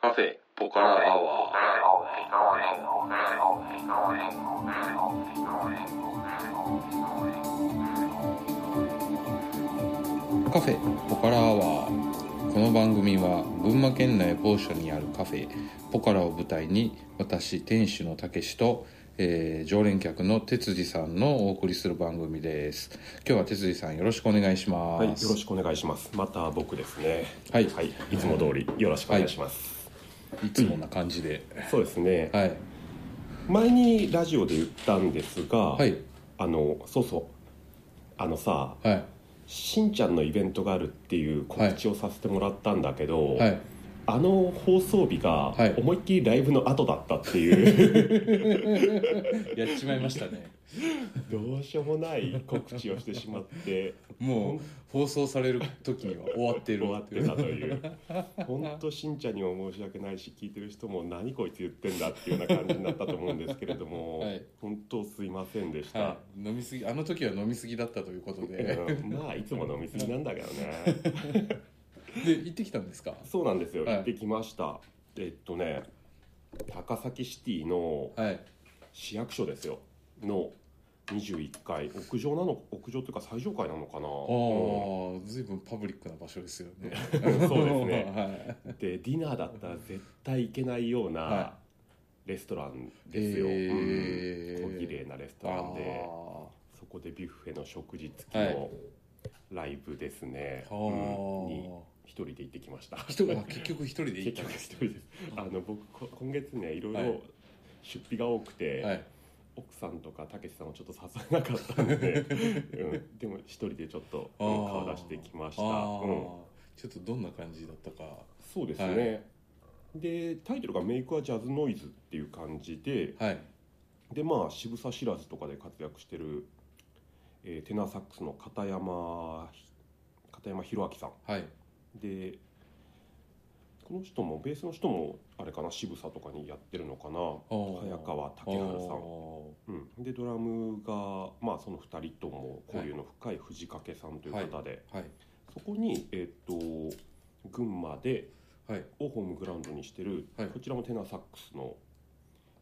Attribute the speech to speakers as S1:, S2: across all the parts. S1: カフェポカラアワーカフェポカラアワーこの番組は群馬県内某所にあるカフェポカラを舞台に私店主のたけしと、えー常連客の哲司さんのお送りする番組です今日は哲司さんよろしくお願いします、
S2: はい、よろしくお願いします。また僕ですね。
S1: はい
S2: はい、いつも通りよろしくお願いします。
S1: いつもな感じで、
S2: そうですね。
S1: はい
S2: 前にラジオで言ったんですが、
S1: はい
S2: あのそうそう、あのさ、
S1: はい
S2: しんちゃんのイベントがあるっていう告知をさせてもらったんだけど、
S1: はい
S2: あの放送日が
S1: はい
S2: 思いっきりライブの後だったっていう、
S1: やっちまいましたね
S2: どうしようもない告知をしてしまって
S1: もう放送される時には終わってる
S2: 終わってたという 本当しんちゃんにも申し訳ないし聞いてる人も何こいつ言ってんだっていうような感じになったと思うんですけれども、
S1: はい
S2: 本当すいませんでした、
S1: はい、飲みすぎあの時は飲みすぎだったということ で
S2: うんまあいつも飲みすぎなんだけどね
S1: で行ってきたんですか
S2: そうなんですよ、
S1: はい
S2: 行ってきましたえっとね高崎シティの
S1: はい
S2: 市役所ですよの21階屋上なの屋上というか最上階なのかな
S1: あ
S2: う
S1: あ随分パブリックな場所ですよね
S2: そうです ね
S1: はい
S2: んでディナーだったら絶対行けないような
S1: は
S2: レストランですよ、
S1: へー
S2: うん小綺麗なレストランで
S1: あ
S2: そこでビュッフェの食事付きのライブですね、
S1: あ、
S2: うんに
S1: は
S2: 一人で行ってきました
S1: あ人が結局一人で行った
S2: 結局一人ですあの僕こ今月ねいろい
S1: は
S2: ろ
S1: い
S2: 出費が多くて、
S1: はい
S2: 奥さんとかたけしさんをちょっと誘えなかったの で、うん、でも一人でちょっと、うん
S1: あー
S2: 顔出してきました、
S1: あ
S2: うん
S1: あ、ちょっとどんな感じだったか
S2: そうですね、でタイトルが「メイクはジャズノイズ」っていう感じで
S1: はい
S2: でまあ渋沢知らずとかで活躍してる、えーテナーサックスの片山片山弘明さん
S1: はい
S2: でこの人もベースの人もあれかな渋沢とかにやってるのかな早川竹春さん、
S1: ん
S2: うん、でドラムが、まあ、その2人とも交流の深い藤掛さんという方で、
S1: はい
S2: そこに、えー、と群馬で
S1: はい
S2: をホームグラウンドにしてる、
S1: はい
S2: こちらもテナーサックスの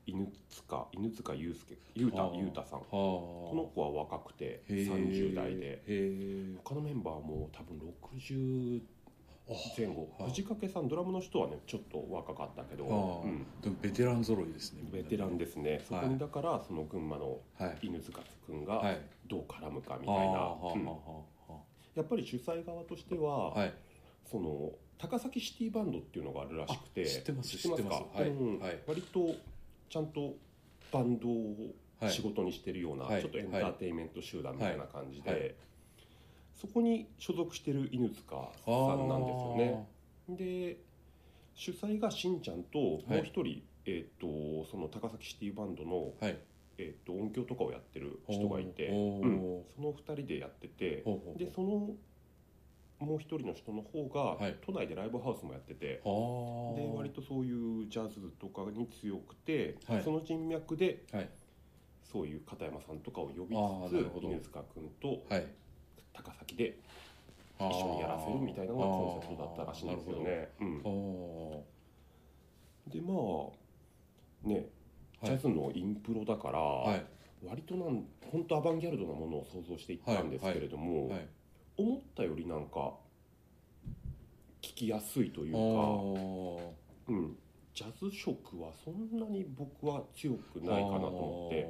S2: 犬塚犬塚祐介裕
S1: あ
S2: 太
S1: ー
S2: 裕太さんこの
S1: こ
S2: 子は若く
S1: へ
S2: て
S1: ー
S2: 30代で
S1: へえ
S2: 他のメンバーも多分60前後
S1: はい
S2: 藤掛さんドラムの人はねちょっと若かったけど、
S1: あー
S2: うん
S1: でもベテラン揃いですねみんな
S2: ベテランですねそこにだからその群馬の
S1: はい
S2: 犬塚君
S1: は
S2: が
S1: い
S2: どう絡むか
S1: み
S2: みたいな、うん
S1: は
S2: やっぱり主催側としては、
S1: い
S2: その高崎シティバンドっていうのがあるらしくて
S1: 知ってます
S2: 知ってます
S1: 知
S2: か
S1: ってますはい
S2: うん
S1: はい
S2: 割とちゃんとバンドを
S1: はい
S2: 仕事にしてるような、
S1: はい
S2: ちょっとエンターテインメント集団みたいな感じで、
S1: はいはい
S2: そこに所属してる犬塚さ
S1: あー
S2: んなんですよね。で主催がしんちゃんともう一人、えー、とその高崎シティバンドの、
S1: はい
S2: えー、と音響とかをやってる人がいて、
S1: おー
S2: うんその二人でやってて
S1: ほうほう
S2: でそのもう一人の人の方が、
S1: はい
S2: 都内でライブハウスもやってて
S1: ほう
S2: で割とそういうジャズとかに強くて、
S1: はい
S2: その人脈で、
S1: はい
S2: そういう片山さんとかを呼
S1: あー
S2: び
S1: な
S2: つ
S1: るほ
S2: つ
S1: ど
S2: 犬塚君と
S1: あーはい
S2: 高崎で
S1: 一
S2: 一緒にやらせるみたいなのがコンセプトだったらしいんですよね。うん
S1: お
S2: でまあね
S1: はい
S2: ジャズのインプロだから、
S1: はい
S2: 割となん本当アバンギャルドなものを想像していったんですけれども、
S1: はい
S2: 思ったよりなんか聞きやすいというか、
S1: お
S2: うん、ジャズ色はそんなに僕は強く
S1: ー
S2: ないかなと思って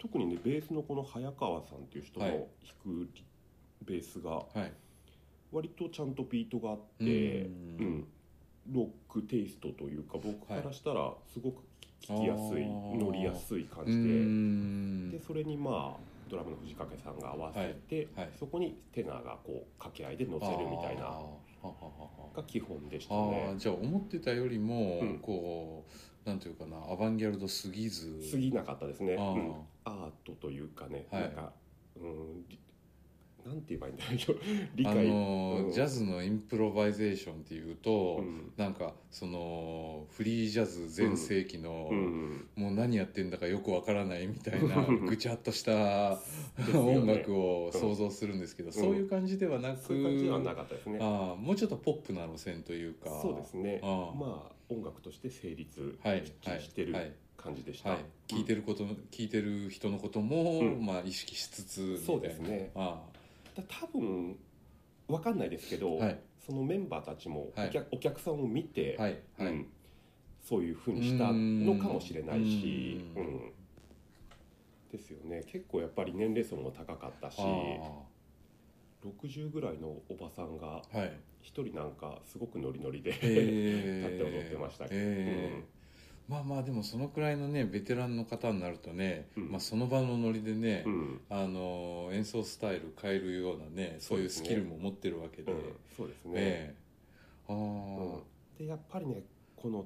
S2: 特にねベースのこの早川さんっていう人の
S1: はい
S2: 弾くベースが
S1: はい
S2: 割とちゃんとビートがあっ
S1: う
S2: て、
S1: ん
S2: うん、ロックテイストというか僕からしたらすごく聞きやすい、
S1: あー
S2: 乗りやすい感
S1: う
S2: じで。
S1: ん
S2: でそれにまあドラムの藤掛さんが合わせて、
S1: はいはい
S2: そこにテナーがこう掛け合いで乗せるみたい
S1: あー
S2: な
S1: ははは
S2: が基本でした
S1: はあー
S2: ね。
S1: じゃあ思ってたよりも
S2: うん
S1: こうなんていうかなアバンギャルドすぎず
S2: 過ぎなかったですね。
S1: あー
S2: うんアートというかね、
S1: はい
S2: なんかうんりなんて言えばいいんだろう 理
S1: あ
S2: 解、
S1: のー
S2: うん
S1: ジャズのインプロバイゼーションっていうと、
S2: うん
S1: なんかそのフリージャズ全盛期の、
S2: うん
S1: もう何やってんだかよくわからないみたいなぐちゃっとした
S2: ですよね
S1: 音楽を想像するんですけど、そういう感じではなく、
S2: そういう感じではなかったですね。
S1: ああもうちょっとポップな路線というか
S2: そうですね。
S1: ああ
S2: まあ音楽として成立
S1: はいはい
S2: して
S1: は
S2: る
S1: い
S2: 感じでした、
S1: はい聞いてること聞いてる人のことも、
S2: うん
S1: まあ意識しつつみたいな
S2: そうですね
S1: あ
S2: だ多分わかんないですけ
S1: あ
S2: ど、
S1: はい
S2: そのメンバーたちもお客,、
S1: は
S2: お客さんを見て、
S1: はいはい、
S2: うん、そういうふうにしたのかもしれないし、
S1: う
S2: うんんですよね結構やっぱり年齢層も高かったし
S1: あ
S2: 60ぐらいのおばさんが
S1: あ はい
S2: 一人なんかすごくノリノリで、
S1: えー
S2: 立って踊ってましたけど
S1: えーまあまあでもそのくらいのねベテランの方になるとね、
S2: うん
S1: まあ、その場のノリでね、
S2: うん
S1: あのー演奏スタイル変えるようなねそういうスキルも持ってるわけで
S2: うんそうですね、
S1: ええああ、
S2: うん、でやっぱりねこの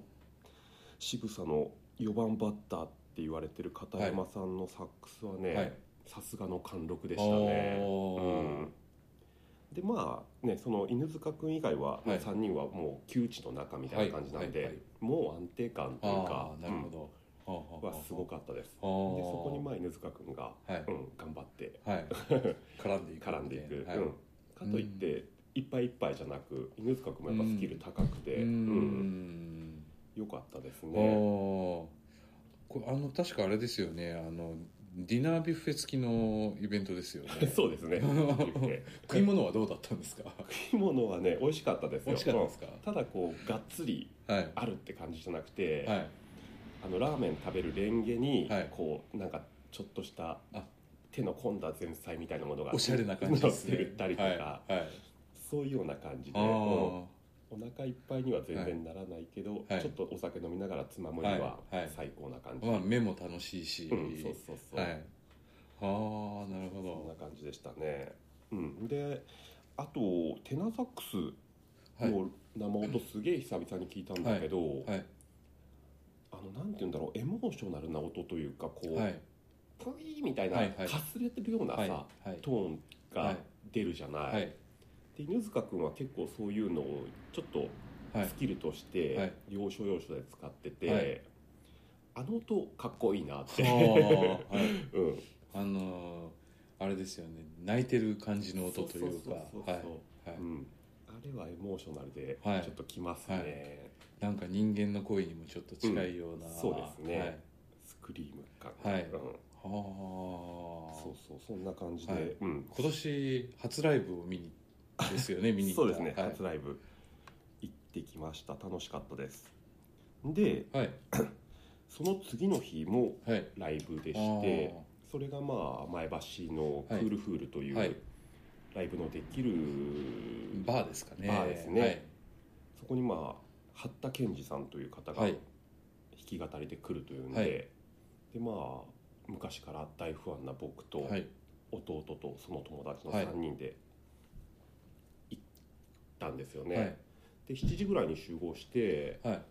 S2: 渋さの4番バッターって言われてる片山さんのサックスは
S1: はい
S2: ねさすがの貫禄でしたね。
S1: おー
S2: うんでまあねその犬塚君以外は、
S1: はい
S2: 3人はもう窮地の中みたいな感じなんで、
S1: はいはい
S2: もう安定感という
S1: あ
S2: か
S1: あなるほど、あ
S2: うんはすごかったです。で
S1: あー
S2: そこにまあ犬塚君が、
S1: はい
S2: うん、頑張って
S1: はい 絡んでいく
S2: 絡んでいく、
S1: はい
S2: うん、かといって、いっぱいいっぱいじゃなく犬塚君もやっぱスキル高くて、
S1: うー
S2: うん
S1: ん
S2: 良かったです
S1: ああ
S2: ね。
S1: これあの確かあれですよねあのディナービュッフェ付きのイベントですよね
S2: そうですね。
S1: 食い物はどうだったんですか
S2: 食い物はね美味しかったです
S1: 美
S2: よ。
S1: 味しかったですか
S2: うんただこうがっつり
S1: はい
S2: あるって感じじゃなくて、
S1: はい
S2: あのラーメン食べるレンゲに、
S1: はい
S2: こうなんかちょっとした
S1: あ
S2: 手の込んだ前菜みたいなものが
S1: おしゃれな感じですね
S2: 乗ってたりとか、
S1: はいはい
S2: そういうような感じで、
S1: あ
S2: うん
S1: あ
S2: お腹いっぱいには全然ならないけど、
S1: はい
S2: ちょっとお酒飲みながらつまむには
S1: はいはい
S2: 最高な感じ。
S1: まあ目も楽しいし、
S2: うん、そうそうそう。
S1: はいああなるほ
S2: そん
S1: ど
S2: な感じでしたね。うん、であとテナサックス
S1: はい
S2: の生音すげえ久々に聞いたんだけど、
S1: はい
S2: あのなんて言うんだろうエモーショナルな音というかこう、
S1: はい
S2: プイーみたいな、
S1: はいはい
S2: かすれてるようなさ、
S1: はいはい
S2: トーン
S1: は
S2: が
S1: い
S2: 出るじゃない、
S1: はい
S2: で犬塚君は結構そういうのをちょっと
S1: はい
S2: スキルとし
S1: は
S2: て
S1: い
S2: 要所要所で使ってて、
S1: はい
S2: あの音かっこいいなっ
S1: あ
S2: て、
S1: ーはい
S2: うん、
S1: あのーあれですよね泣いてる感じの音というか
S2: そうそうそうそう
S1: はいはい
S2: うん、あれはエモーショナルで
S1: はい
S2: ちょっときますね、
S1: はなんか人間の声にもちょっと近いような、
S2: うんそうですね
S1: はい
S2: スクリーム感、
S1: はい
S2: うん、
S1: はあ
S2: そうそうそんな感じで、
S1: はい
S2: うん、
S1: 今年初ライブを見にですよね見に行 っ
S2: そうで
S1: た
S2: すね、
S1: はい
S2: 初ライブ行ってきました楽しかったですで
S1: はい
S2: その次の日も
S1: はい
S2: ライブで
S1: あ
S2: してそれがまあ前橋のクールフールとい
S1: はいう
S2: ライブのできる、
S1: ーバーですかね
S2: バーですねそこにまあ八田健二さんという方が
S1: はい
S2: 弾き語りで来るというんで、
S1: はい
S2: でまあ昔から大不安な僕と
S1: はい
S2: 弟とその友達の3人で行ったんですよね、
S1: はいはい
S2: で7時ぐらいに集合して
S1: はい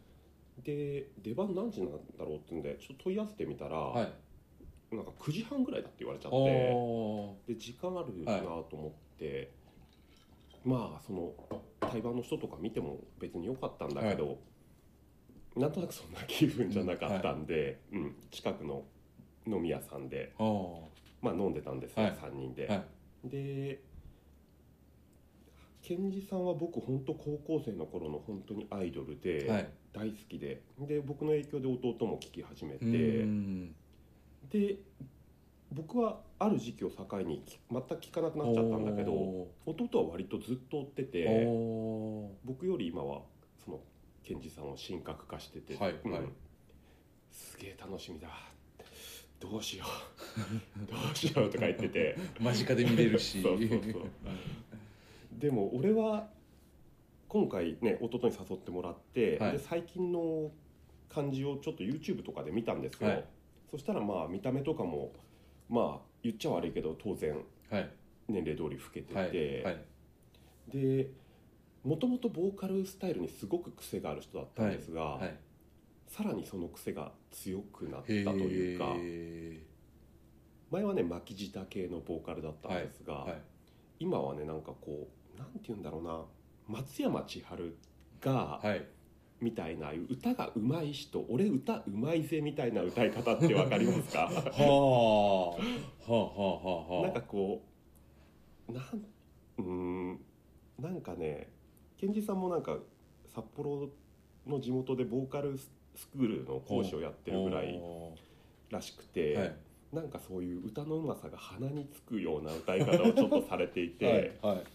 S2: で出番何時なんだろうって言うんでちょっと問い合わせてみたら、
S1: はい
S2: なんか9時半ぐらいだって言われちゃっ
S1: お
S2: て
S1: お
S2: で時間あるなと思って、まあその対バンの人とか見ても別に良かったんだけど、なんとなくそんな気分じゃなかったんで、うん、近くの飲み屋さんで、
S1: ーお
S2: まあ、飲んでたんですよ、
S1: はい
S2: 3人で。
S1: ーはい
S2: で健二さんは僕本当高校生の頃の本当にアイドルで、
S1: はい
S2: 大好きでで僕の影響で弟も聴き始め
S1: うー
S2: て
S1: ん
S2: で僕はある時期を境にき全く聴かなくなっちゃったんだけど
S1: お
S2: 弟は割とずっと追って
S1: ー
S2: て
S1: お
S2: 僕より今はその健二さんを神格化してて、
S1: はいはい
S2: うんすげえ楽しみだどうしよう どうしようとか言ってて
S1: ー間近で見れるし
S2: そうそうそう
S1: はい
S2: でも俺は今回ね弟に誘ってもらって、
S1: はい
S2: で最近の感じをちょっと YouTube とかで見たんですよ、
S1: はい
S2: そしたらまあ見た目とかもまあ言っちゃ悪いけど当然
S1: はい
S2: 年齢通り老けてて、
S1: はいはい
S2: でもともとボーカルスタイルにすごく癖がある人だったんですが、
S1: はい
S2: さらにその癖が強くなったと
S1: へー
S2: いうか前はね巻き舌系のボーカルだったんですが、
S1: はい
S2: 今はねなんかこうなんて言うんだろうな松山千春が
S1: はい
S2: みたいな歌が上手い人俺歌上手いぜみたいな歌い方ってわかりますか
S1: はあはあはあはあ
S2: なんかこうなんうーんなんかね賢治さんもなんか札幌の地元でボーカルスクールの講師をやってるぐらい
S1: お
S2: らしく
S1: ー
S2: て、
S1: はい
S2: なんかそういう歌のうまさが鼻につくような歌い方をちょっとされていて、
S1: はいはい、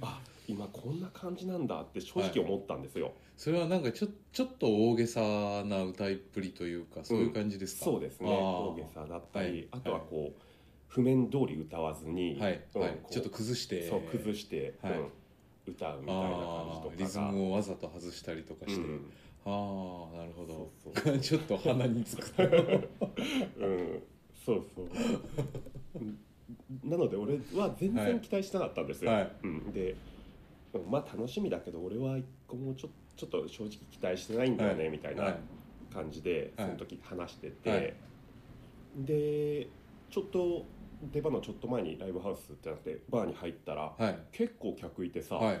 S2: あ今こんな感じなんだって正直思ったんですよ、
S1: それはなんかちょちょっと大げさな歌いっぷりというかそういう感じですか、
S2: そうですね
S1: あー
S2: 大げさだったり、
S1: はい
S2: あとはこう、譜面通り歌わずに、
S1: はい、
S2: うん
S1: はい
S2: こ、う
S1: ちょっと崩して
S2: そう崩して、
S1: はい
S2: うん、歌うみたいな
S1: あ
S2: 感
S1: ーリ
S2: じと
S1: ズ
S2: かが。
S1: ムをわざと外したりとかして、
S2: うん
S1: ああなるほど
S2: そうそう
S1: ちょっと鼻につ くは
S2: うんそうそうなので俺は全
S1: は
S2: 然
S1: い
S2: 期待してなかったんです
S1: い
S2: よ、
S1: はい
S2: うん、でまあ楽しみだけど俺は一個もちょちょっと正直期待してないんだよね、みたいな感じで、
S1: はい
S2: その時話してて、
S1: はい
S2: でちょっと出番のちょっと前にライブハウスってなってバーに入ったら
S1: はい
S2: 結構客いてさ、
S1: はい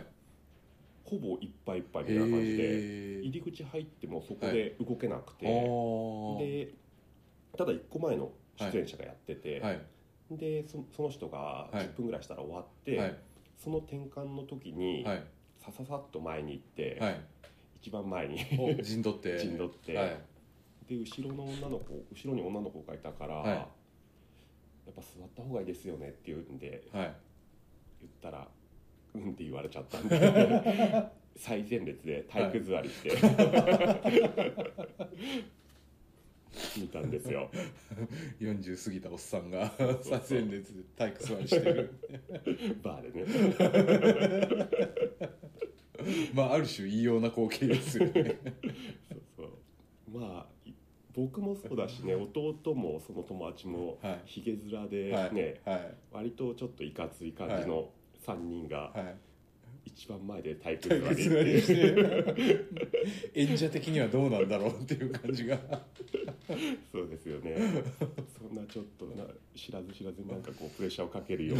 S2: ほぼいっぱいいっぱいみ
S1: へ
S2: たいな感じで
S1: え
S2: 入り口入ってもそこで動けなくて、
S1: で
S2: でただ1個前の出演者がやってて、
S1: はい
S2: でそその人が
S1: はい
S2: 10分ぐらいしたら終わって、
S1: はい
S2: その転換の時に、
S1: はい
S2: さささっと前に行って、
S1: はい
S2: 一番前に
S1: お陣取って
S2: 陣取って、
S1: はい
S2: で後ろの女の子後ろに女の子がいたから、
S1: はい
S2: やっぱ座った方がいいですよねって言うんで
S1: はい
S2: 言ったら「うん」って言われちゃっ たんで最前列で体育座りして、 見たんですよ。
S1: 40過ぎたおっさんが 最前列で体育座りしてる
S2: バーでね
S1: まあある種異様な光景ですよ ね
S2: そうそうまあい僕もそうだしね弟もその友達も
S1: はい
S2: ひげ面でね、
S1: はい
S2: 割とちょっといかつい感じの3人が
S1: はい
S2: 一番前で体育
S1: 体
S2: 座り
S1: 育座りして演者的にはどうなんだろうっていう感じが
S2: そうですよねそんなちょっとな知らず知らずになんかこうプレッシャーをかけるよう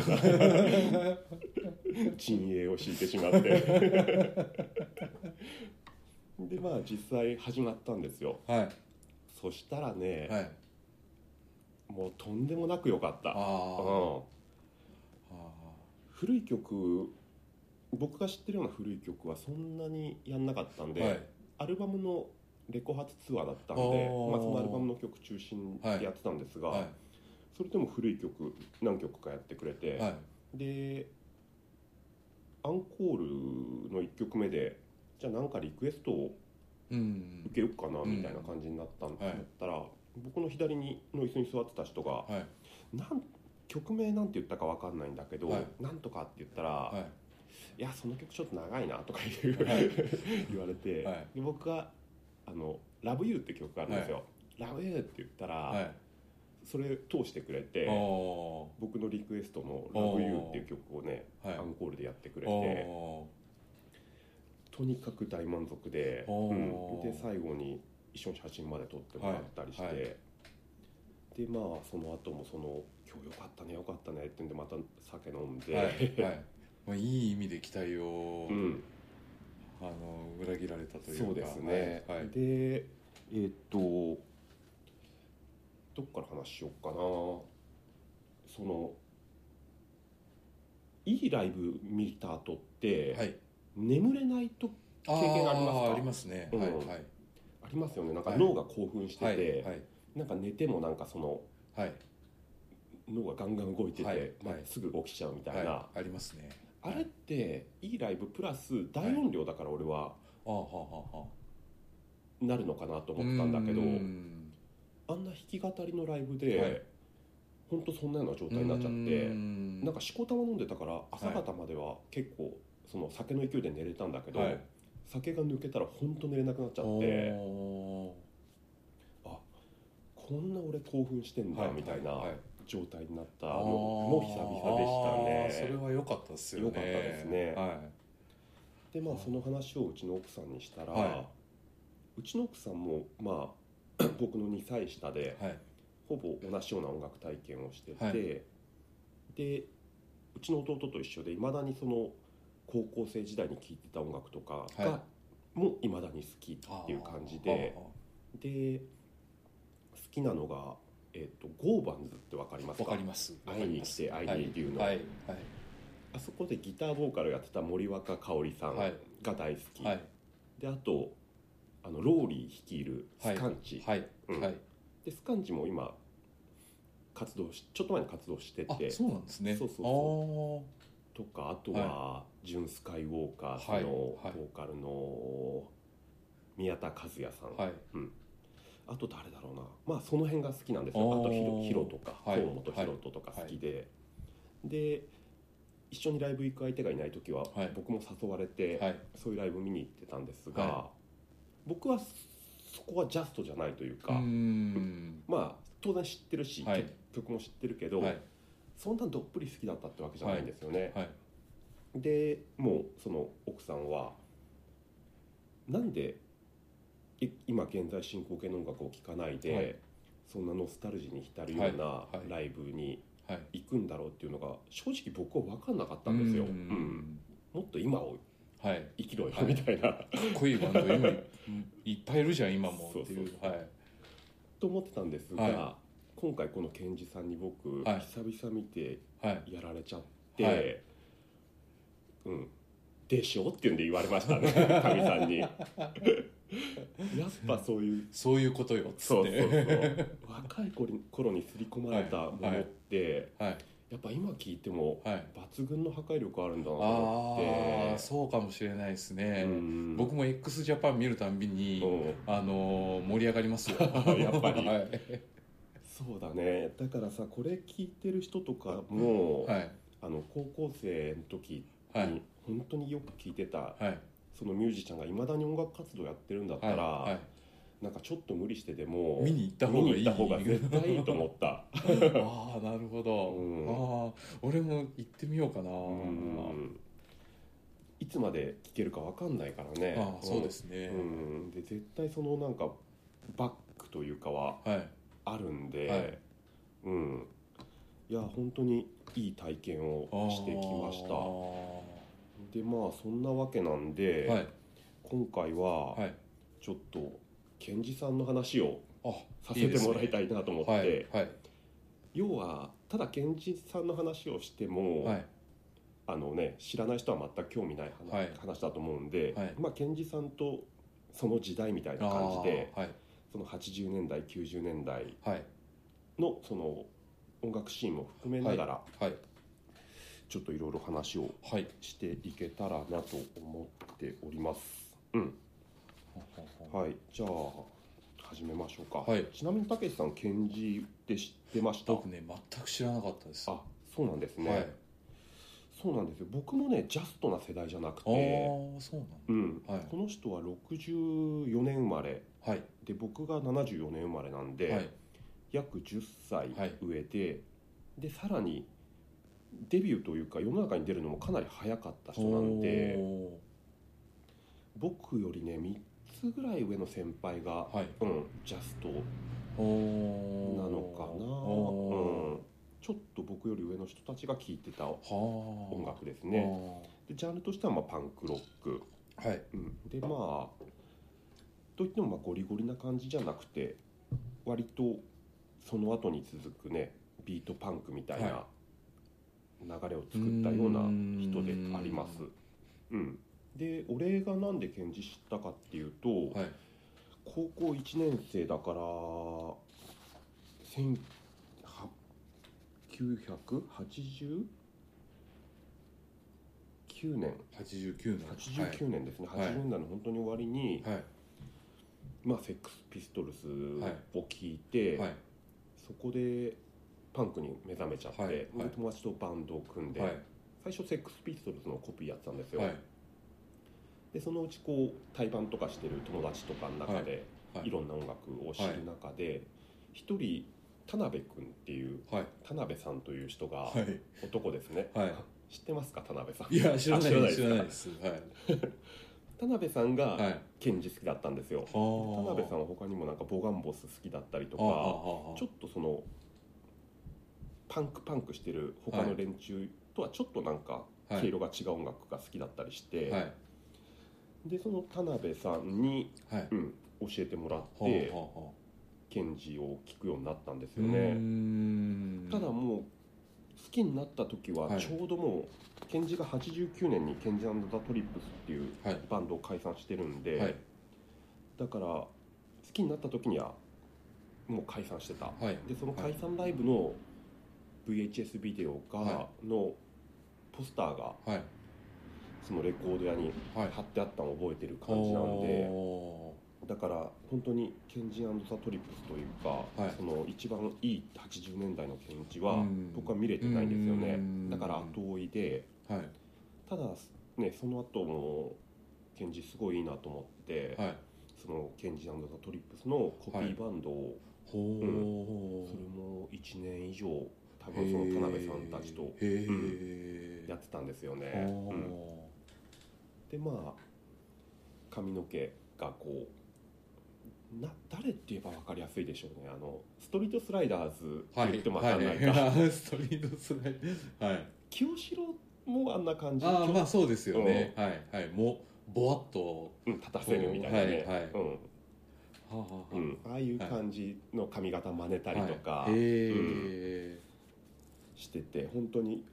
S2: な 陣営を敷いてし まってでまあ実際始まったんですよ
S1: はい
S2: そしたらね、
S1: はい
S2: もうとんでもなく良かった
S1: あ
S2: うん
S1: あ
S2: 古い曲僕が知ってるような古い曲はそんなにやんなかったんで、
S1: はい
S2: アルバムのレコ発ツアーだったんで
S1: あ
S2: ま
S1: ー
S2: あ、そのアルバムの曲中心でやってたんですが、
S1: は
S2: それでも古い曲何曲かやってくれて、
S1: いはい
S2: でアンコールの1曲目でじゃあ何かリクエストを
S1: うん
S2: 受けようかな
S1: うん
S2: みたいな感じになったん
S1: い
S2: だったら、僕の左にの椅子に座ってた人が
S1: はい
S2: なん曲名なんて言ったかわかんないんだけど、
S1: はい
S2: なんとかって言ったら、
S1: はい
S2: いやその曲ちょっと長いなとか言う、
S1: はい
S2: 言われて、
S1: はい
S2: で僕があの「ラブユーって曲があるんですよ「ラブユーって言ったら、
S1: はい
S2: それ通してくれて
S1: あー
S2: 僕のリクエストの「ラブユーっていう曲をね
S1: はい
S2: アンコールでやってくれ
S1: あ
S2: て
S1: ー
S2: とにかく大満足で、
S1: おー
S2: うんで最後に一緒に写真まで撮ってもらったりして、
S1: はいはい
S2: でまあその後もその「今日よかったねよかったね」ってんでまた酒飲んで、
S1: はいはいまあいい意味で期待を
S2: うん、
S1: あの裏切られたというか
S2: そうですね、
S1: はいはい
S2: でえーっとどっから話しようかなそのいいライブ見た後って、
S1: はい
S2: 眠れないと
S1: あー
S2: 経験ありますか
S1: ありますね
S2: う
S1: は
S2: ん
S1: いはい
S2: ありますよねなんか
S1: はい
S2: 脳が興奮してて、
S1: はいはい
S2: なんか寝てもなんかその
S1: はい
S2: 脳がガンガン動いてて、
S1: はい
S2: まあ
S1: はい
S2: すぐ起きちゃうみたいな、
S1: はいありますね
S2: あれっていいライブプラス大音量だから俺は
S1: あーはーはーは
S2: なるのかなと
S1: ー
S2: 思ったんだけど、
S1: うん
S2: あんな弾き語りのライブで、
S1: はい
S2: ほんとそんなような状態になっちゃって
S1: ん
S2: なんかしこたま飲んでたから朝方までは結構その酒の勢いで寝れたんだけど、
S1: はい
S2: 酒が抜けたらほんと寝れなくなっちゃっ
S1: お
S2: て
S1: ー
S2: こんな俺興奮してんだみたいな
S1: はいはい
S2: 状態になった
S1: あー
S2: のも久々でした
S1: あーそれ
S2: ね。
S1: は良かったですよね
S2: 良かったですね
S1: は
S2: でまあその話をうちの奥さんにしたら、
S1: は
S2: うちの奥さんもまあ 僕の2歳下で
S1: いはい
S2: ほぼ同じような音楽体験をしてて、
S1: はい
S2: でうちの弟と一緒でいまだにその高校生時代に聴いてた音楽とかが、
S1: は
S2: もいまだに好きっていう感じでで好きなのが、えっとゴーバンズってわかりま
S1: あー
S2: す
S1: わ
S2: か
S1: かりますわか
S2: 会
S1: り
S2: いに
S1: ま
S2: 来
S1: す
S2: て会いに行くの、
S1: はいはい
S2: あそこでギターボーカルやってた森若香織さん
S1: はい
S2: が大好き、
S1: はい
S2: であとあのローリー率いるスカンチ、
S1: はい、
S2: うん
S1: はい
S2: でスカンチも今活動しちょっと前に活動して
S1: あ
S2: て
S1: そうなんですね
S2: そうそう
S1: そ
S2: とかあとはジュン・スカイウォーカーズのボ
S1: はいはい
S2: ーカルの宮田和也さん、
S1: ああはい
S2: あと誰だろうなまあその辺が好きなんですよ
S1: あー
S2: あとヒロヒロとか
S1: は
S2: 河
S1: い
S2: 本ヒロトとか好きで、で一緒にライブ行く相手がいない時は、
S1: はい
S2: 僕も誘われて、
S1: はい
S2: そういうライブ見に行ってたんですが、
S1: は
S2: 僕はそこはジャストじゃないという
S1: う
S2: か、
S1: ーん
S2: まあ当然知ってるし、
S1: はい
S2: 曲も知ってるけど、
S1: はい
S2: そんなどっぷり好きだったってわけじゃないんですよね、
S1: はい
S2: でもうその奥さんはなんでい今現在進行形の音楽を聴かないで、
S1: はい
S2: そんなノスタルジーに浸るような
S1: はいはい
S2: ライブに
S1: はい
S2: 行くんだろうっていうのが正直僕は分かんなかったんですよ、
S1: うー
S2: うん
S1: ん
S2: もっと今を
S1: はい
S2: 生きろよ
S1: はい
S2: みたいな、
S1: かっこいいバンド今いっぱいいるじゃん今もっていう
S2: そうそう
S1: はい
S2: と思ってたんですが、
S1: は
S2: 今回このケンジさんに僕、
S1: はい
S2: 久々見て
S1: はい
S2: やられちゃって、
S1: はい
S2: うんでしょっていうんで言われましたね かみさんにやっぱそういう
S1: そういうことよっつ
S2: そ
S1: っ
S2: うそうそう
S1: て
S2: 若い頃に頃に刷り込まれたものって、
S1: はい
S2: やっぱ今聞いても
S1: はい
S2: 抜群の破壊力あるんだなと思
S1: あ
S2: っ
S1: あ
S2: て
S1: そうかもしれないですね
S2: うん
S1: 僕も x ジャパン見るたんびに
S2: うん
S1: あのー盛り上がりますよ
S2: やっぱり
S1: はい
S2: そうだねだからさこれ聞いてる人とかも、
S1: はい
S2: あの高校生の時
S1: はい
S2: に本当によく聞いてた、
S1: はい
S2: そのミュージシャンがいまだに音楽活動やってるんだった
S1: はい
S2: ら、
S1: はい
S2: なんかちょっと無理してでも
S1: 見に行った方
S2: 見
S1: がい
S2: に
S1: い
S2: 行った方が絶対いいと思った、
S1: ああなるほど、
S2: うん
S1: ああ俺も行ってみようかな、
S2: うんいつまで聴けるかわかんないからね、
S1: ああそうですすね
S2: う、ん、で絶対そのなんかバックというかは
S1: はい
S2: あるんで、
S1: はい
S2: うんいや本当にいい体験をしてきました
S1: あ
S2: でまあそんなわけなんで、
S1: ーはい
S2: 今回は
S1: はい
S2: ちょっとケンジさんの話を
S1: あ
S2: させてもらいたいなと思って
S1: はいはい
S2: 要はただケンジさんの話をしても、
S1: はい
S2: あのね、知らない人は全く興味ない話,、
S1: はい
S2: 話だと思うんで、
S1: はい
S2: まあ、賢治さんとその時代みたい
S1: あ
S2: な
S1: あ
S2: 感じで
S1: はい
S2: その80年代90年代
S1: はい
S2: のその音楽シーンも含めながら
S1: はい
S2: ちょっといろいろ話を
S1: はい
S2: していけたらなと思っております。うんはい、じゃあ始めましょうか、
S1: はい
S2: ちなみにたけしさん賢治って知ってました
S1: 僕ね全く知らなかったです
S2: あそうなんですね、
S1: はい、あ
S2: そうなんですよ僕もねジャストな世代じゃなく
S1: あ
S2: て、
S1: そう
S2: うん、
S1: なの
S2: この人は64年生まれ
S1: はいはい
S2: で僕が74年生まれなんで、
S1: はい
S2: 約10歳
S1: はい
S2: 上で、でさらにデビューというか世の中に出るのもかなり早かった人なんで
S1: お
S2: 僕よりね3つぐらい上の先輩が、
S1: ーはい
S2: うん、ジャスト
S1: おー
S2: なのかな、うん
S1: お、
S2: ちょっと僕より上の人たちが聴いてた音
S1: ーはあ
S2: 楽ですねでジャンルとしてはまあパンクロック、
S1: あーはい
S2: うん、でまあといってもまあゴリゴリな感じじゃなくて割とその後に続くねビートパンクみたいな
S1: は
S2: 流れを作ったような
S1: うーん
S2: 人であります。うん、で俺がなんで検事知ったかっていうと、
S1: はい
S2: 高校1年生だから千は989年
S1: 89年
S2: 89年ですね、
S1: はい
S2: 80年代の本当に終わりに、
S1: はい
S2: まあ、セックスピストルス
S1: はい
S2: を聞いて、
S1: はい
S2: そこでパンクに目覚めちゃって、
S1: はいはい
S2: で友達とバンドを組んで、
S1: はい
S2: 最初セックスピストルズのコピーやってたんですよ、
S1: はい
S2: でそのうちこう対バンとかしてる友達とかの中で、
S1: はいは
S2: い
S1: い
S2: ろんな音楽を知る中で一、人田辺君っていう
S1: はい
S2: 田辺さんという人が、
S1: はい
S2: 男ですね、
S1: はい
S2: 知ってますか田辺さん
S1: いや知らな
S2: あ知らない
S1: い
S2: です
S1: 知
S2: から
S1: ないですはい
S2: 田辺さんが、
S1: はい
S2: ケンジ好きだったんですよで
S1: あー
S2: 田辺さんは他にもなんかボガンボス好きだったりとか
S1: ああああ
S2: ちょっとそのパンクパンクしてる他の連中とはちょっとなんか
S1: は
S2: 毛
S1: い
S2: 色が違う音楽が好きだったりして、
S1: はい
S2: でその田辺さんに、
S1: はい
S2: うん、教えてもらっ
S1: はあ
S2: て
S1: はあはあ
S2: ケンジを聴くようになったんです
S1: う
S2: よ
S1: ー
S2: ね
S1: ん
S2: ただもう好きになった時は
S1: はい
S2: ちょうどもうケンジが89年にケンジザ・トリップスっていう
S1: はい
S2: バンドを解散してるんで、
S1: はい
S2: だから好きになった時にはもう解散してた、
S1: はい
S2: でその解散ライブの VHS ビデオが、
S1: は
S2: のポスターが
S1: はい
S2: そのレコード屋に
S1: はい
S2: 貼ってあったのを覚えてる感じなんで
S1: お
S2: だから本当にケンジンザ・トリップスというか、
S1: はい
S2: その一番いい80年代のケンジ
S1: ー
S2: は
S1: うん
S2: 僕は見れてないんですよ
S1: う
S2: ね
S1: ん
S2: だから後追いで
S1: はい
S2: ただねその後もケンジすごいいいなと思って、
S1: はい
S2: そのケンジザ・トリップスのコピーバンドを、
S1: ほ
S2: それも1年以上多
S1: う
S2: 分その田辺さんたちと
S1: へえ、
S2: やってたんですよね、
S1: ほ
S2: うんでまあ髪の毛がこうな誰って言えば分かりやすいでしょうねあのストリートスライダーズ
S1: は
S2: って
S1: い
S2: 言っても分かんないか、
S1: はい ストリートスライドはい
S2: 清志郎もあんな感じ
S1: ああまあそうですよね、はいはいもうぼわっと
S2: うん立たせるみたいなね、
S1: はいはい
S2: うん
S1: はあはあ
S2: うん、ああいう感じの髪型真似たりとか
S1: はい、へ
S2: してて、本当に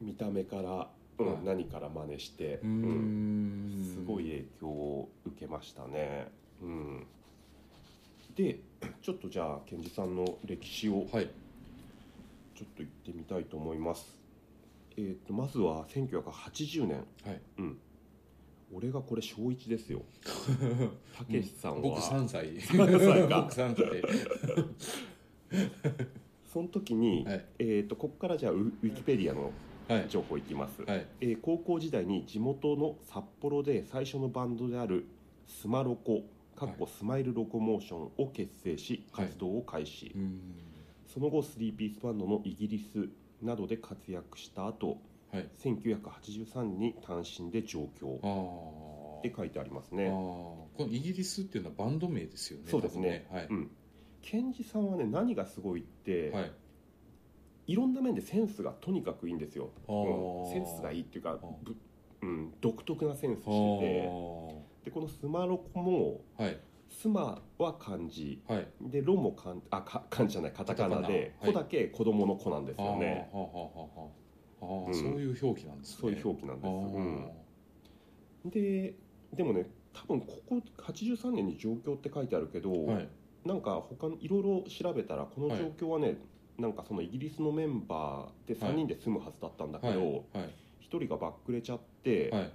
S2: 見た目から、うん
S1: はい
S2: 何から真似して、
S1: えう
S2: うん
S1: ん
S2: すごい影響を受けましたね。うん、でちょっとじゃあ賢治さんの歴史を
S1: はい
S2: ちょっと行ってみたいと思います。えー、とまずは1980年、
S1: はい
S2: うん、俺がこれ小1です よたけしさん
S1: 僕
S2: は
S1: 3歳
S2: 三歳か
S1: 僕3歳
S2: その時に、
S1: はい
S2: えー、とここからじゃあウウィキペディアの
S1: はい
S2: 情報いきます、
S1: はい
S2: えー高校時代に地元の札幌で最初のバンドであるスマロコかっこスマイルロコモーションを結成し
S1: はい
S2: 活動を開始、
S1: うん
S2: その後スリーピースバンドのイギリスなどで活躍した後
S1: はい
S2: 1983年に単身で上京
S1: ああ
S2: って書いてあります
S1: ああ
S2: ね、
S1: このイギリスっていうのはバンド名ですよね
S2: そうですね
S1: 多分
S2: うん、ケンジさんはね何がすごいって、
S1: はい、はい、
S2: い、ろんな面でセンスがとにかくいいんですよ、
S1: あ
S2: うん
S1: ー
S2: センスがいいっていうか
S1: あー
S2: ぶうん、独特なセンスし
S1: あ
S2: てて
S1: ー
S2: でこのスマロコも
S1: はい
S2: スマは漢字
S1: はい
S2: でロも漢あか漢字じゃないカタカナで
S1: カタカナはい
S2: 子だけ子供の子なんです
S1: あ
S2: よね、
S1: あはあはあはああー、
S2: うん
S1: そういう表記なんですね
S2: そういう表記なんです、うんででもね多分ここ83年に状況って書いてあるけど、
S1: あーはい
S2: なんか他のいろいろ調べたらこの状況はね、なんかそのイギリスのメンバーで3人で住むはずだったんだけ
S1: はい
S2: ど、
S1: はい
S2: 1人がバックれちゃって、
S1: はい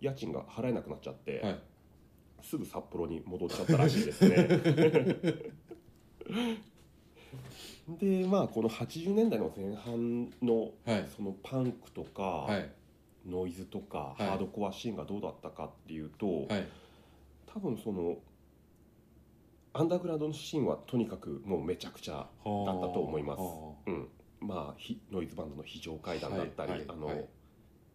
S2: 家賃が払えなくなっちゃって、
S1: はい
S2: すぐ札幌に戻っちゃったらしい ですね。でまあこの80年代の前半の
S1: はい
S2: そのパンクとか、
S1: はい
S2: ノイズとか、
S1: はい
S2: ハードコアシーンがどうだったかっていうと、
S1: はい
S2: 多分そのアンダーグラウンドのシーンはとにかくもうめちゃくちゃ、だったと思います
S1: あ
S2: うん、まあひノイズバンドの非常階段だったり、
S1: はいはい
S2: あの
S1: はい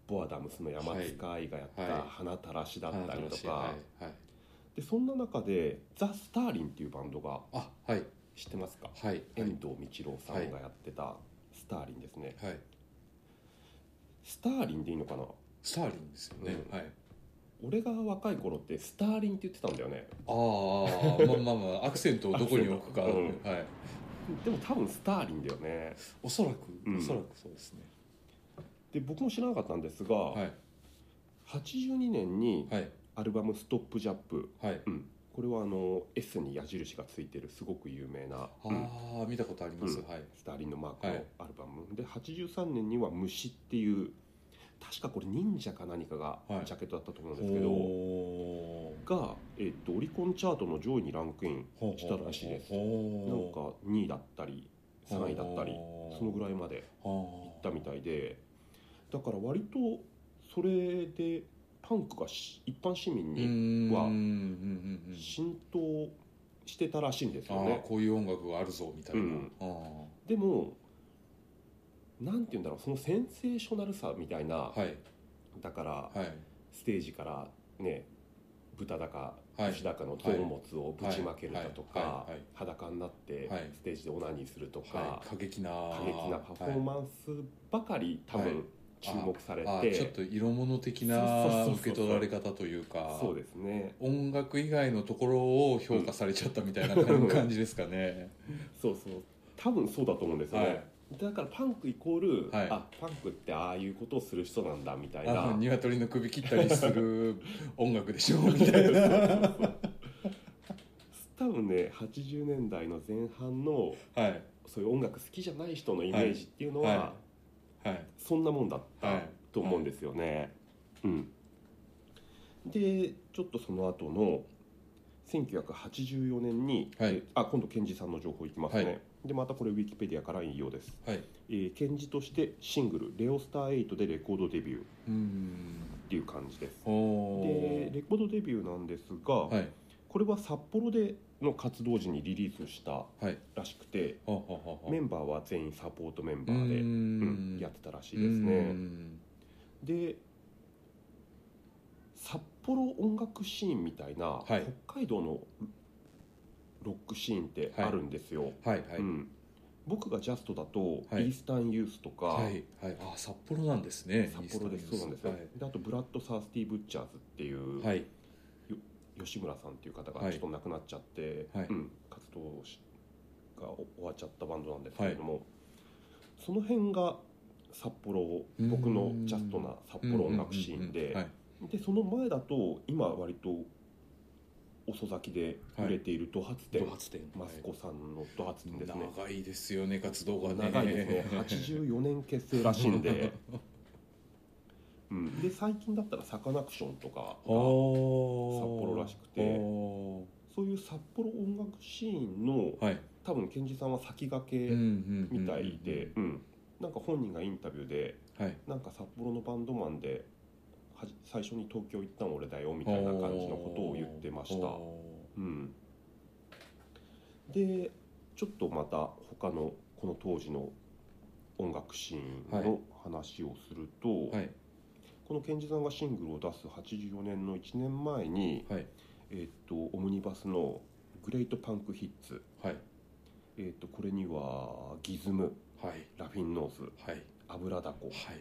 S2: ボアダムスの山塚愛がやっ
S1: はい
S2: た花たらしだ
S1: ー
S2: ったりとか、
S1: はいはい
S2: でそんな中でザ・スターリンっていうバンドが
S1: あはい
S2: 知ってますか、
S1: はいはい
S2: 遠藤道郎さんがやってたスターリンですね、
S1: はい
S2: スターリンでいいのかな
S1: スターリンですよね
S2: うん
S1: はい
S2: 俺が若い頃ってスターリンって言ってたんだよね
S1: あーまあまあまあアクセントをどこに置くか、
S2: アクセン
S1: はい
S2: でも多分スターリンだよね
S1: おそらく、
S2: うん
S1: おそらくそうですね
S2: で僕も知らなかったんですが、
S1: はい
S2: 82年に
S1: はい
S2: アルバム「ストップ・ジャップ
S1: はい」
S2: うん、これはあの S に矢印がついてるすごく有名な、
S1: あ
S2: うん
S1: あ、見たことあります、
S2: う
S1: はい
S2: スターリンのマークの
S1: はい
S2: アルバム、で83年には「虫」っていう確かこれ忍者か何かが
S1: はい
S2: ジャケットだったと思うんですけど、
S1: ほー
S2: が、えっとオリコンチャートの上位にランクイン
S1: ほうほう
S2: したらしいです
S1: ほ
S2: なん
S1: う
S2: か2位だったり3位だったりそのぐ
S1: らい
S2: らいまで
S1: 行
S2: 行ったみたいでだから割とそれでパンクがし一般市民には
S1: うんうんうんうん
S2: 浸透してたらしいんですよ
S1: ああ
S2: ね、
S1: こういう音楽があるぞみたいな、
S2: うん
S1: あ
S2: でもなんて言うんだろうそのセンセーショナルさみたいな、
S1: あはい
S2: だから
S1: はい
S2: ステージからね豚だか
S1: はい
S2: 牛だかの糖物をぶちまけるだと
S1: はい
S2: か
S1: はいはい
S2: 裸になって
S1: はい
S2: ステージでオナニーするとか、
S1: はい過激な
S2: 過激なパフォー
S1: ン
S2: マンスばかり多
S1: はい
S2: 分注目されて、
S1: ちょっと色物的
S2: そうそう
S1: な
S2: そうそう
S1: 受け取られ方というか
S2: そうですね
S1: 音楽以外のところを評価されちゃったみたいな感
S2: うん
S1: 感じですか ね。
S2: そうそう多分そうだと思うんですよ
S1: は
S2: ね、
S1: い、
S2: だからパンクイコール、
S1: はい
S2: あパンクってああいうことをする人なんだみたい
S1: あ
S2: な
S1: の鶏の首切ったりする音楽でしょみたいな。
S2: 多分ね80年代の前半の
S1: はい
S2: そういう音楽好きじゃない人のイメージっていうの
S1: は
S2: は、
S1: はい
S2: そんなもんだっ
S1: は
S2: た
S1: い
S2: と思うんですよね。うん、でちょっとその後の1984年に、
S1: はい
S2: えあ今度賢治さんの情報いきますね、
S1: はい
S2: でまたこれウィキペディアから引用です、
S1: はい
S2: えー、賢治としてシングル「レオスター8」でレコードデビューっ
S1: うーん
S2: ていう感じです
S1: おお
S2: でレコードデビューなんですが、
S1: はい
S2: これは札幌での活動時にリリースした
S1: はい
S2: らしくて
S1: はははは
S2: メンバーは全員サポートメン
S1: う
S2: バ
S1: ー
S2: ーでうんんやってたらしいですね、
S1: うーん
S2: で札幌音楽シーンみたいな、
S1: はい
S2: 北海道のロックシーンってあるんですよ、
S1: はいはい
S2: うん、僕がジャストだと、
S1: はい
S2: イースタンユースとか、
S1: はいはいあ札幌なんですね
S2: 札幌ですそうなんですよ、であとブラッド・サースティ・ブッチャーズっていう、
S1: はいはい
S2: 吉村さんっていう方
S1: は
S2: が
S1: い
S2: ちょっと亡くなっちゃって、
S1: はい
S2: うん、活動しが終わっちゃったバンドなんですけれども、その辺が札幌僕のジャストな札幌音楽シーンで、
S1: うんうんうんうんはい
S2: でその前だと今割と遅咲きで売れているド発店、
S1: ド発展
S2: マスコさんのド発店ですね
S1: 長いですよね活動がね
S2: 長い ですね84年結成らしいんで、うん、で最近だったらサカナクションとか
S1: 札幌
S2: 幌らしくてそういう札幌音楽シーンの
S1: はい
S2: 多分賢治さんは先駆けみ
S1: み
S2: たいで、うんなんか本人がインタビューで
S1: はい
S2: なんか札幌のバンドマンではじ最初に東京行ったの俺だよみたいな感じのことを言ってました。
S1: お
S2: うん、でちょっとまた他のこの当時の音楽シーンの話をすると、
S1: ーはい
S2: この賢治さんがシングルを出す84年の1年前に、
S1: はい
S2: えっとオムニバスの「グレートパンクヒッツ
S1: はい」
S2: えっとこれにはギズム
S1: はい
S2: ラフィンノーズ
S1: はい
S2: 油だこ
S1: はい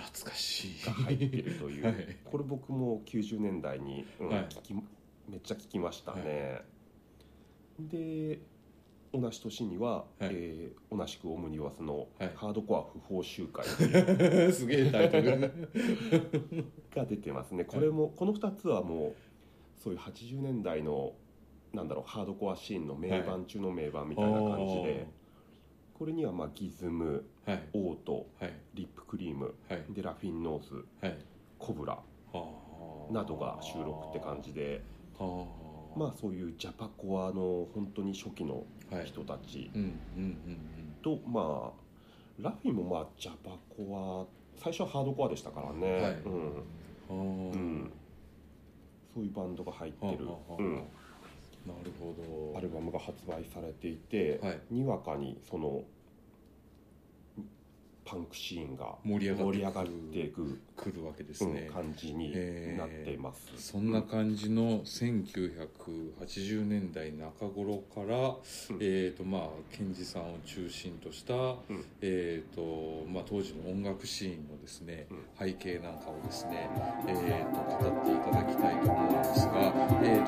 S1: 懐かしい
S2: が入ってるとい う、
S1: はい
S2: これ僕も90年代に、うん
S1: はい
S2: 聞きめっちゃ聞きましたね、で同じ年には、
S1: い
S2: えー同じくオムニバスの
S1: はい
S2: ハードコア不法集 会という
S1: すげえタイトル
S2: が出てますねこれも、この2つはもうそういう80年代のなんだろうハードコアシーンの名盤中の名盤みたいな感じで、これには、まあ、ギズム
S1: あーはい
S2: オート
S1: はい
S2: リップクリーム
S1: はい
S2: でラフィンノーズ
S1: はい
S2: コブラ
S1: あー
S2: などが収録って感じで
S1: あー
S2: まあそういうジャパコアの本当に初期の
S1: はい
S2: 人たち
S1: うんうん
S2: と、まあラフィもまあジャパコア最初はハードコアでしたからね、
S1: はい
S2: うん
S1: うんうん
S2: う
S1: あー
S2: ん、そういうバンドが入ってる
S1: はあはあはあ
S2: うん
S1: なるほど
S2: アルバムが発売されていて、
S1: はい
S2: にわかにそのパンクシーンが
S1: 盛り上がっ
S2: 盛
S1: て
S2: り上がっ
S1: く
S2: ていく、
S1: くるわけです
S2: う
S1: ね
S2: ん、感じになっています。
S1: そんな感じの1980年代中頃から、えーとまあ、賢治さんを中心とした、
S2: ん
S1: えーとまあ、当時の音楽シーンのです、ね
S2: うん
S1: 背景なんかをです、ねえーと語っていただきたいと思うんですが、えー